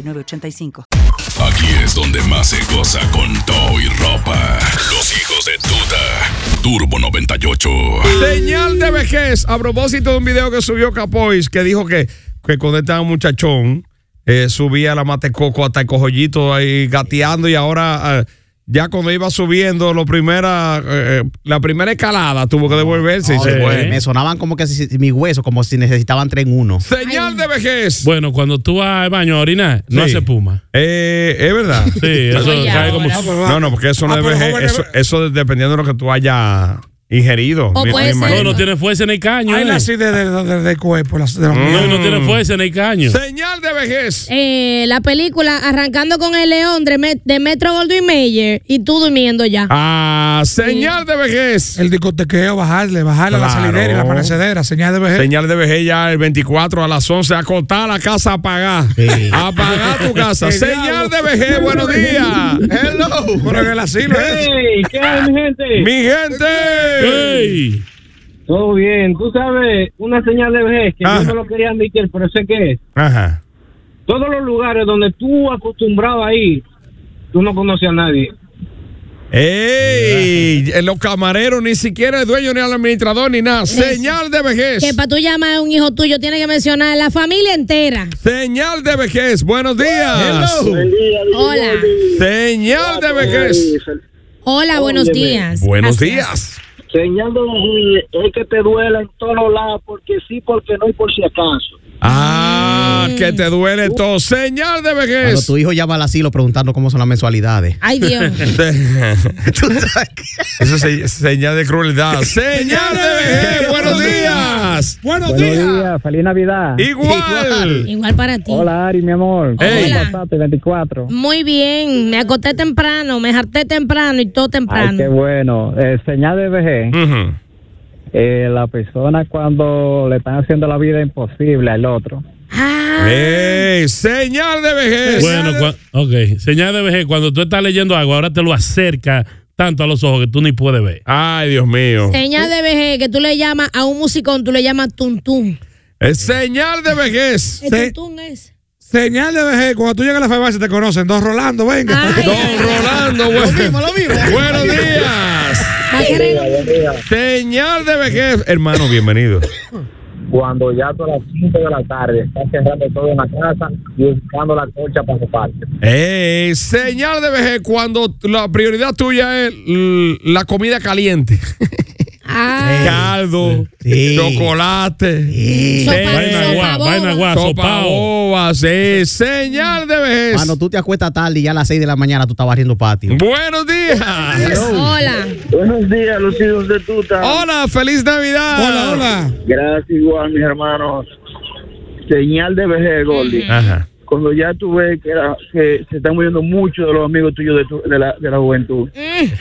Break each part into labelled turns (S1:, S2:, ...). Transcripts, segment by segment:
S1: 985.
S2: Aquí es donde más se goza con todo y ropa. Los hijos de Tuta. Turbo 98.
S3: Señal de vejez. A propósito de un video que subió Capois, que dijo que, que cuando estaba un muchachón, eh, subía la matecoco hasta el cojollito ahí gateando y ahora. Eh, ya cuando iba subiendo lo primera, eh, la primera escalada tuvo que devolverse.
S4: Oye, y se me sonaban como que si, mi hueso, como si necesitaban tren uno.
S3: Señal Ay. de vejez.
S5: Bueno, cuando tú vas al baño a orinar, sí. no hace puma.
S3: Eh, es verdad.
S5: Sí, eso cae
S3: como. No, no, porque eso no ah, es vejez. Eso, eso, dependiendo de lo que tú hayas ingerido.
S5: O puede ser. No, no tiene fuerza en el caño.
S6: Hay eh. la de, de, de, de, cuerpo. La, de la
S5: no, no tiene fuerza en el caño.
S3: Señal de vejez.
S7: Eh, la película Arrancando con el León de, Metro Goldwyn Mayer y tú durmiendo ya.
S3: Ah, señal sí. de vejez.
S6: El discotequeo, bajarle, bajarle claro. a la salidera y la parecedera. Señal de vejez.
S3: Señal de vejez ya el 24 a las 11. Acotar la casa, apagar. Sí. Apagar tu casa. señal de vejez, buenos días. Hello. Pero en el asilo
S8: hey, ¿Qué hay, mi gente?
S3: ¡Mi gente! Hey.
S8: Todo bien. Tú sabes, una señal de vejez que Ajá. yo no lo quería admitir, pero sé que es. Ajá. Todos los lugares donde tú acostumbrado a ir, tú no conoces a nadie.
S3: ¡Ey! Los camareros, ni siquiera el dueño, ni el administrador, ni nada. Es Señal de vejez.
S7: Que para tú llamar a un hijo tuyo, tiene que mencionar la familia entera.
S3: Señal de vejez. Buenos días.
S8: Buen día,
S7: Hola.
S3: Señal de vejez.
S7: Hola, buenos Óyeme. días.
S3: Buenos Así días. Es.
S8: Señal de vejez es que te duela en todos lados, porque sí, porque no y por si acaso.
S3: Ah, mm. que te duele todo.
S6: Uh.
S3: Señal de vejez. Cuando
S6: Ah,
S4: tu hijo llama al asilo preguntando cómo son las mensualidades.
S7: Ay, Dios.
S3: Eso es señal de crueldad. Señal de vejez. Buenos días.
S8: Buenos, Buenos días. días. Feliz Navidad.
S3: Igual.
S7: Igual para ti.
S8: Hola, Ari, mi amor.
S7: Hey. Hola.
S8: Pasaste, 24.
S7: Muy bien. Me acosté temprano, me harté temprano y todo temprano.
S8: Ay, qué bueno. Eh, señal de vejez. Uh -huh. eh, la persona cuando le están haciendo la vida imposible al otro.
S7: Ah.
S3: Hey, señal de vejez.
S5: Bueno, ok, señal de vejez. Cuando tú estás leyendo algo, ahora te lo acerca tanto a los ojos que tú ni puedes ver.
S3: Ay, Dios mío.
S7: Señal de vejez que tú le llamas a un musicón, tú le llamas tuntún.
S3: Es señal de vejez.
S7: El tuntún es.
S6: Señal de vejez, cuando tú llegas a la farmacia te conocen. Don Rolando, venga.
S3: Ay. Don Rolando,
S4: bueno. lo mismo, lo mismo.
S3: Buenos días. Señal de vejez. Hermano, bienvenido.
S8: Cuando ya son las 5 de la tarde, está cerrando todo en la casa y buscando la colcha para su parte.
S3: Hey, señal de vejez cuando la prioridad tuya es la comida caliente.
S7: Ah.
S3: Caldo, sí. chocolate,
S7: sí. vaina
S5: vaina sopa
S3: ovas, eh, señal de vejez.
S4: Cuando tú te acuestas tarde y ya a las 6 de la mañana tú estás barriendo patio.
S3: Buenos días.
S7: Hello. Hola.
S8: Buenos días, los hijos de tuta.
S3: Hola, feliz Navidad.
S6: Hola, hola.
S8: Gracias igual, mis hermanos. Señal de vejez, Goldie. Ajá. Cuando ya tú ves que, la, que se están muriendo muchos de los amigos tuyos de, tu, de, la, de la juventud.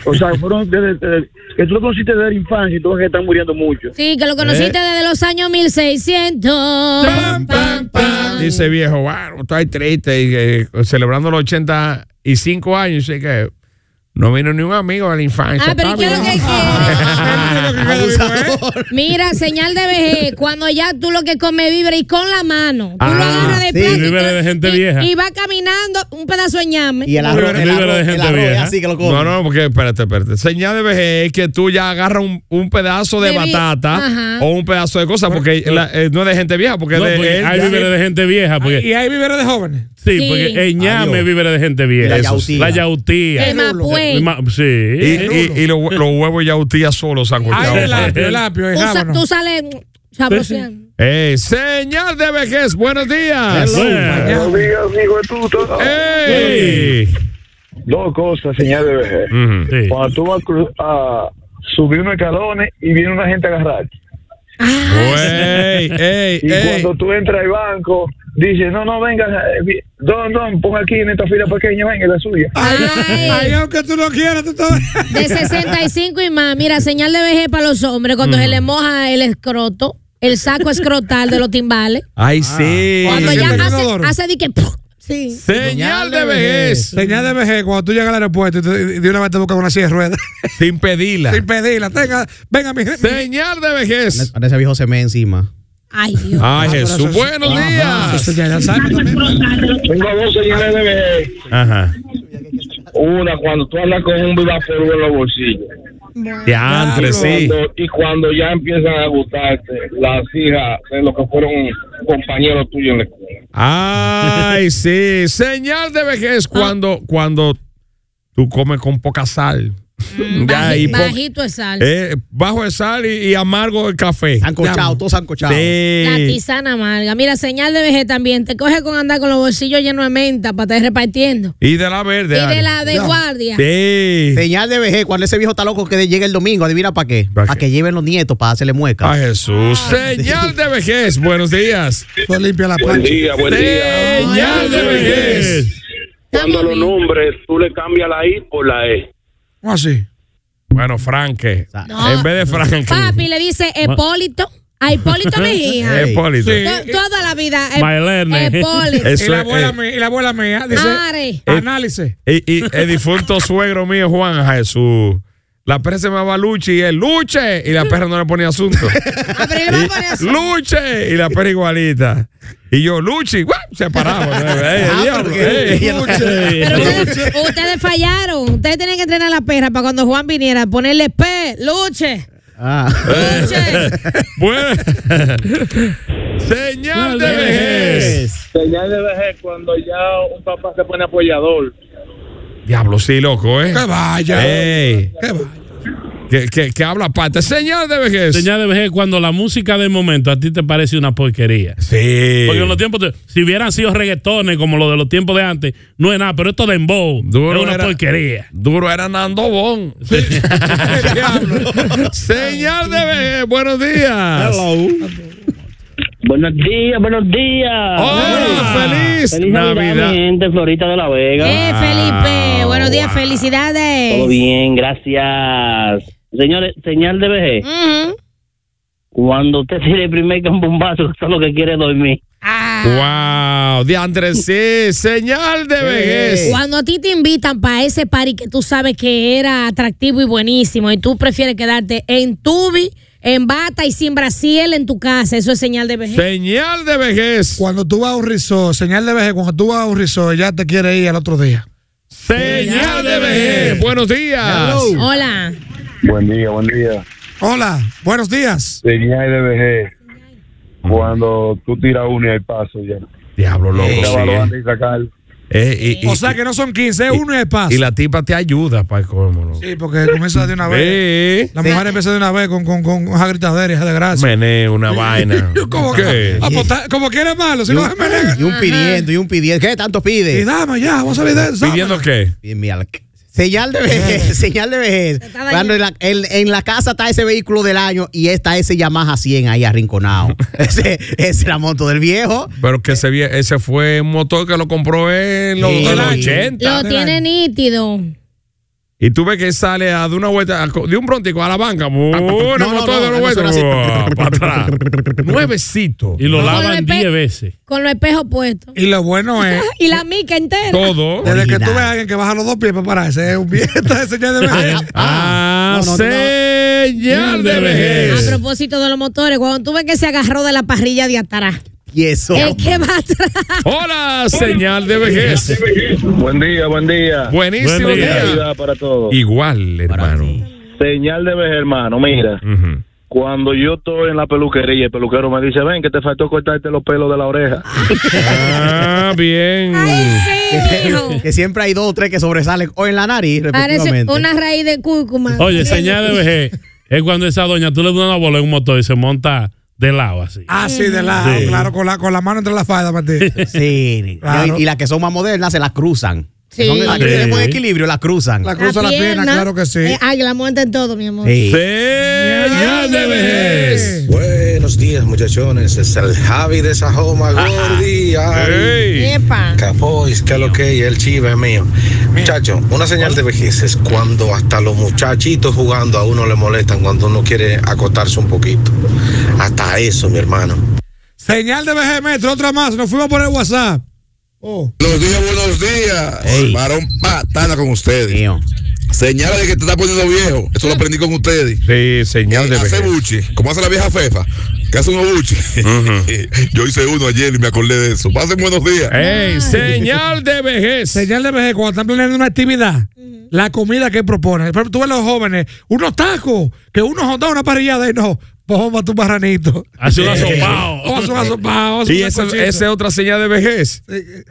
S8: O sea, fueron desde, desde, que tú lo conociste desde la infancia y todos están muriendo mucho.
S7: Sí, que lo conociste ¿Eh? desde los años 1600. Pam, pam,
S3: pam. Dice viejo, bueno, estoy triste y eh, celebrando los 85 años, sé que no vino ni un amigo de la infancia.
S7: Ah, pero quiero que, que... Mira, señal de vejez, cuando ya tú lo que comes vibra y con la mano, tú ah, lo agarras de
S5: sí. Víveres de gente
S7: y,
S5: vieja.
S7: Y va caminando un pedazo de ñame.
S4: Y el arroz, el arroz,
S5: de gente arroz, vieja.
S4: Así que lo come.
S3: No, no, porque espérate, espérate. Señal de vejez es que tú ya agarras un, un pedazo de, de batata Ajá. o un pedazo de cosa, porque sí. la, eh, no es de gente vieja, porque,
S5: no,
S3: de,
S5: porque
S3: él,
S5: hay víveres de gente vieja. Porque...
S6: Y hay víveres de jóvenes.
S5: Sí, sí, porque el ñame víveres de gente vieja.
S4: La yautía.
S5: La yautía.
S7: El mapue.
S3: Ah.
S5: Sí.
S3: Y, y, y los, los huevos ya utillas solos,
S6: sancochados. el apio, el apio, el
S7: Tú, tú sales sabroseando.
S3: Eh, señal de vejez, buenos días.
S8: Buenos días, amigo de tuto.
S3: Hey.
S8: Dos cosas, señal de vejez. Uh -huh, sí. Cuando tú vas a, subir unos escalones y viene una gente a agarrarte.
S3: Güey, ey,
S8: Y
S3: ey.
S8: cuando tú entras al banco, dices, no, no, venga, eh, vi- don, don, pon aquí en esta fila pequeña, venga, la suya.
S6: Ahí
S7: Ay,
S6: aunque tú no quieras, tú estás...
S7: de 65 y más. Mira, señal de vejez para los hombres cuando se le moja el escroto, el saco escrotal de los timbales.
S4: Ah.
S3: Ay, sí.
S7: Cuando
S6: sí,
S7: ya
S6: sí.
S7: hace,
S6: Inodoro.
S7: hace de que. ¡puf! Sí.
S3: Señal de vejez.
S6: Señal de vejez, cuando tú llegas al aeropuerto y te- y de una vez te buscan una silla de ruedas
S3: Sin pedirla.
S6: sin pedirla. Tenga, venga, mi gente.
S3: Señal de vejez.
S4: Ahora ese viejo se me encima.
S7: Ay, Dios.
S3: Ay, Jesús. Buenos días.
S6: ya, ya sabes también.
S8: Tengo dos señales de vejez.
S3: Ajá.
S8: Una, cuando tú andas con un vivaporú en los bolsillos.
S3: Diantre, sí.
S8: Cuando- y cuando ya empiezan a gustarte las hijas de los que fueron compañeros tuyos en la escuela.
S3: Ay, sí. Señal de vejez cuando, cuando tú comes con poca sal.
S7: Mm,
S3: Ya, y po-
S7: Bajito es sal.
S3: eh, bajo de sal y, y amargo el café.
S4: Sancochado, todo sancochado.
S7: La
S3: Sí.
S7: tisana amarga. Mira, señal de vejez también. Te coge con andar con los bolsillos llenos de menta para estar repartiendo.
S3: Y de la verde.
S7: y de
S3: Ale.
S7: la de guardia.
S3: Sí.
S4: Señal de vejez, cuando ese viejo está loco que llega el domingo, adivina para qué.
S3: ¿Pa'
S4: Para
S3: qué?
S4: que lleven los nietos para hacerle mueca.
S3: Ay, Jesús. Señal de vejez. Buenos días.
S6: Tú limpia la
S9: Buen
S6: plancha.
S9: día, buen día.
S3: Señal de vejez.
S9: Cuando los nombres tú le cambias la I por la E.
S6: ¿Cómo así?
S3: Bueno, Franke.
S7: No.
S3: En vez de Franke.
S7: Ah. Papi le dice Hipólito. A Hipólito Mejía.
S3: Es Polito.
S7: To- Toda la vida. Hip-
S5: Maelene.
S7: Hipólito.
S6: Y
S3: Eso
S6: la,
S3: es,
S6: abuela
S3: eh,
S6: mía, y la abuela mía dice,
S7: Are.
S6: análisis.
S3: y, y el difunto suegro mío, Juan Jesús. La perra se llamaba Luche y él, Luche. Y la perra no le ponía asunto.
S7: Ah, pero yo no voy a
S3: eh,
S7: poner eso.
S3: Luche. Y la perra igualita. Y yo, Luchi, ¡guau! se paraba.
S7: Ah,
S3: Ey, el diablo,
S4: porque-
S3: ey.
S7: Pero ustedes, ustedes fallaron. Ustedes tienen que entrenar a la perra para cuando Juan viniera ponerle P, luche,
S4: Ah.
S7: luche.
S3: Bueno. Señal de vejez.
S8: Señal de vejez cuando ya un papá se pone apoyador.
S3: Diablo, sí, loco, ¿eh?
S6: Que vaya.
S3: Ey,
S6: Que vaya.
S3: que, que- que habla aparte. Señal de vejez.
S5: Señal de vejez cuando la música del momento a ti te parece una porquería.
S3: Sí.
S5: Porque en los tiempos, de- si hubieran sido reggaetones como los de los tiempos de antes, no es nada, pero esto de Embo
S3: Duro
S5: es una
S3: era-
S5: porquería.
S3: Duro era Nando Bon. Diablo. Señal de vejez. Buenos días.
S9: Buenos días, buenos días.
S3: Hola, feliz,
S9: Feliz Navidad,
S3: Oh. Navidad.
S9: mi gente, Florita de la Vega.
S7: Eh, Felipe, buenos días, felicidades.
S9: Todo bien, gracias. Señores, señal de vejez.
S7: Ujú.
S9: Cuando usted tiene el primer campumbazo, solo que quiere dormir.
S7: Ah,
S3: Wow, de Andrés, sí, señal de vejez.
S7: Cuando a ti te invitan para ese party que tú sabes que era atractivo y buenísimo y tú prefieres quedarte en tubi, en bata y sin brasiel en tu casa, eso es señal de vejez.
S3: Señal de vejez.
S6: Cuando tú vas a un resort, señal de vejez, cuando tú vas a un resort, ya te quiere ir al otro día.
S3: Señal de vejez. Buenos días.
S7: Hola.
S8: Buen día, buen día.
S6: Hola, buenos días.
S8: Señal de vejez. Cuando tú tiras uno y hay paso ya.
S3: Diablo, loco. sí, eh.
S8: y sacar.
S3: Eh, y, y-
S6: O sea que no son 15, es uno y el paso.
S3: y la tipa te ayuda para cómo.
S6: Sí, porque comienza de una vez.
S3: Eh,
S6: La mujer empieza de una vez con, con, con esas gritaderas de gracia.
S3: meneo una vaina.
S6: Como que,
S3: ¿Qué?
S6: apostar- como que eres malo, si
S4: Y
S6: no
S4: un,
S6: es meneo.
S4: y un pidiendo, y un pidiendo. ¿Qué tanto
S6: Y
S4: pide?
S6: dame ya, vamos a salir de eso.
S3: ¿Pidiendo qué?
S4: Bien, mira, Señal de vejez, señal de vejez.
S7: está dañando.
S4: Cuando en la, en- en la casa está ese vehículo del año y está ese Yamaha 100 ahí arrinconado. ese ese es la moto del viejo.
S3: Pero que ese, vie- ese fue un motor que lo compró en los,
S4: Sí.
S3: en los 80.
S7: Lo tiene nítido.
S3: Y tú ves que sale a, de una vuelta, a co- de un prontico a la banca.
S6: Ah,
S3: Bueno,
S4: no,
S3: motor
S4: no,
S3: de una
S4: no
S3: vuelta.
S4: suena así.
S3: ¡buah! Para atrás. Nuevecito.
S5: Y lo
S7: No,
S5: lavan
S7: Felipe.
S5: 10 veces.
S7: Con los espejos puestos.
S6: Y lo bueno es,
S7: Y la mica entera.
S3: Todo.
S6: desde que tú
S4: Original.
S6: ves a alguien que baja los dos pies para pararse, es un viejo, esta es señal de vejez.
S3: Ah,
S4: Ah, no, no,
S3: señal de
S7: A
S3: vejez.
S7: propósito de los motores, cuando tú ves que se agarró de la parrilla de atrás.
S4: Y eso.
S7: El que va atrás.
S3: Hola, Ah, señal de vejez.
S8: Buen día, buen día.
S3: Buenísimo
S5: Buen día.
S3: día.
S8: Navidad para todos.
S3: Igual, hermano.
S8: Señal de vejez, hermano. Mira,
S3: Ujú.
S8: cuando yo estoy en la peluquería, el peluquero me dice, ven, que te faltó cortarte los pelos de la oreja.
S3: Ah, bien.
S7: Ay, sí, mijo.
S4: que siempre hay dos o tres que sobresalen o en la nariz,
S7: Parece
S4: respectivamente.
S7: una raíz de cúrcuma.
S5: Oye, señal de vejez es cuando esa doña tú le das una bola en un motor y se monta de lado así.
S6: Ah, sí, de lado, claro, con la, con la mano entre las faldas, Martín.
S4: Sí.
S6: Claro.
S4: Y, y las que son más modernas se las cruzan.
S7: Sí.
S4: Son las que
S5: Sí.
S4: tienen buen equilibrio, las cruzan.
S6: La cruza la, pierna, claro que sí.
S7: Eh, ay, la muerte en todo, mi amor.
S4: Sí.
S3: Señal de vejez.
S6: Buenos
S9: buenos días, muchachones. Es el Javi de Sajoma, Gordi. Ay.
S10: Epa.
S9: Capois, que lo que es, el chiva es mío. Muchacho, una señal de vejez es cuando hasta los muchachitos jugando a uno le molestan cuando uno quiere acotarse un poquito. Hasta eso, mi hermano.
S4: Señal de BG Metro, otra más. Nos fuimos por el WhatsApp. Oh.
S2: Buenos días, buenos días. Varón patana con ustedes. Señala de que te está poniendo viejo. Eso lo aprendí con ustedes.
S3: Sí, señal de
S2: Eh, Hace
S3: vejez.
S2: buche, como hace la vieja Fefa, que hace unos buches. Yo hice uno ayer y me acordé de eso. Pasen buenos días.
S3: Ey, señal de vejez.
S4: Señal de vejez, cuando están planeando una actividad, la comida que proponen. Por ejemplo, tú ves los jóvenes, unos tacos, que uno jonda una parrillada y no, poma tu barranito.
S5: Hace un
S3: asopao.
S4: Oh, hace un asopao, hace
S3: Y
S4: un
S3: esa
S4: sancochito.
S3: esa es otra señal de vejez.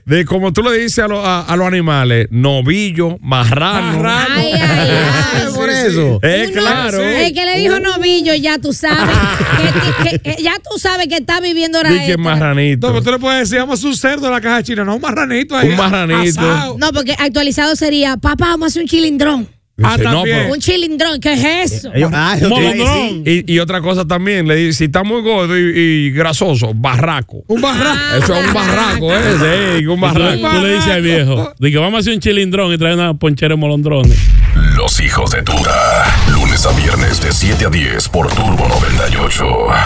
S3: De como tú le dices a, lo- a- a los animales, novillo, marrano.
S7: Ay, ay, ay.
S3: Sí, sí. Eh,
S7: Uno-
S3: claro.
S7: El que le dijo novillo, ya tú sabes. que- que- que- que- ya tú sabes que está viviendo ahora
S3: Di que
S7: extra.
S3: marranito.
S4: No, pero tú le puedes decir, vamos a hacer un cerdo en la caja china, no, un marranito ahí.
S3: Un marranito.
S4: asado.
S7: No, porque actualizado sería, papá, vamos a hacer un chilindrón.
S4: Ah,
S3: Dice, no,
S4: también.
S3: pero-
S7: Un chilindrón, ¿qué es eso?
S4: ah, Molondrón.
S3: Y, y otra cosa también, le dice, si está muy gordo y, y grasoso, barraco.
S4: Un barranco.
S3: Eso es un barraco, ¿eh? Sí, un
S5: Tú, le-
S3: barraco.
S5: tú le dices al viejo, de que vamos a hacer un chilindrón y trae una ponchera de molondrones.
S11: Los hijos de Tuta. Lunes a viernes de 7 a 10 por Turbo 98.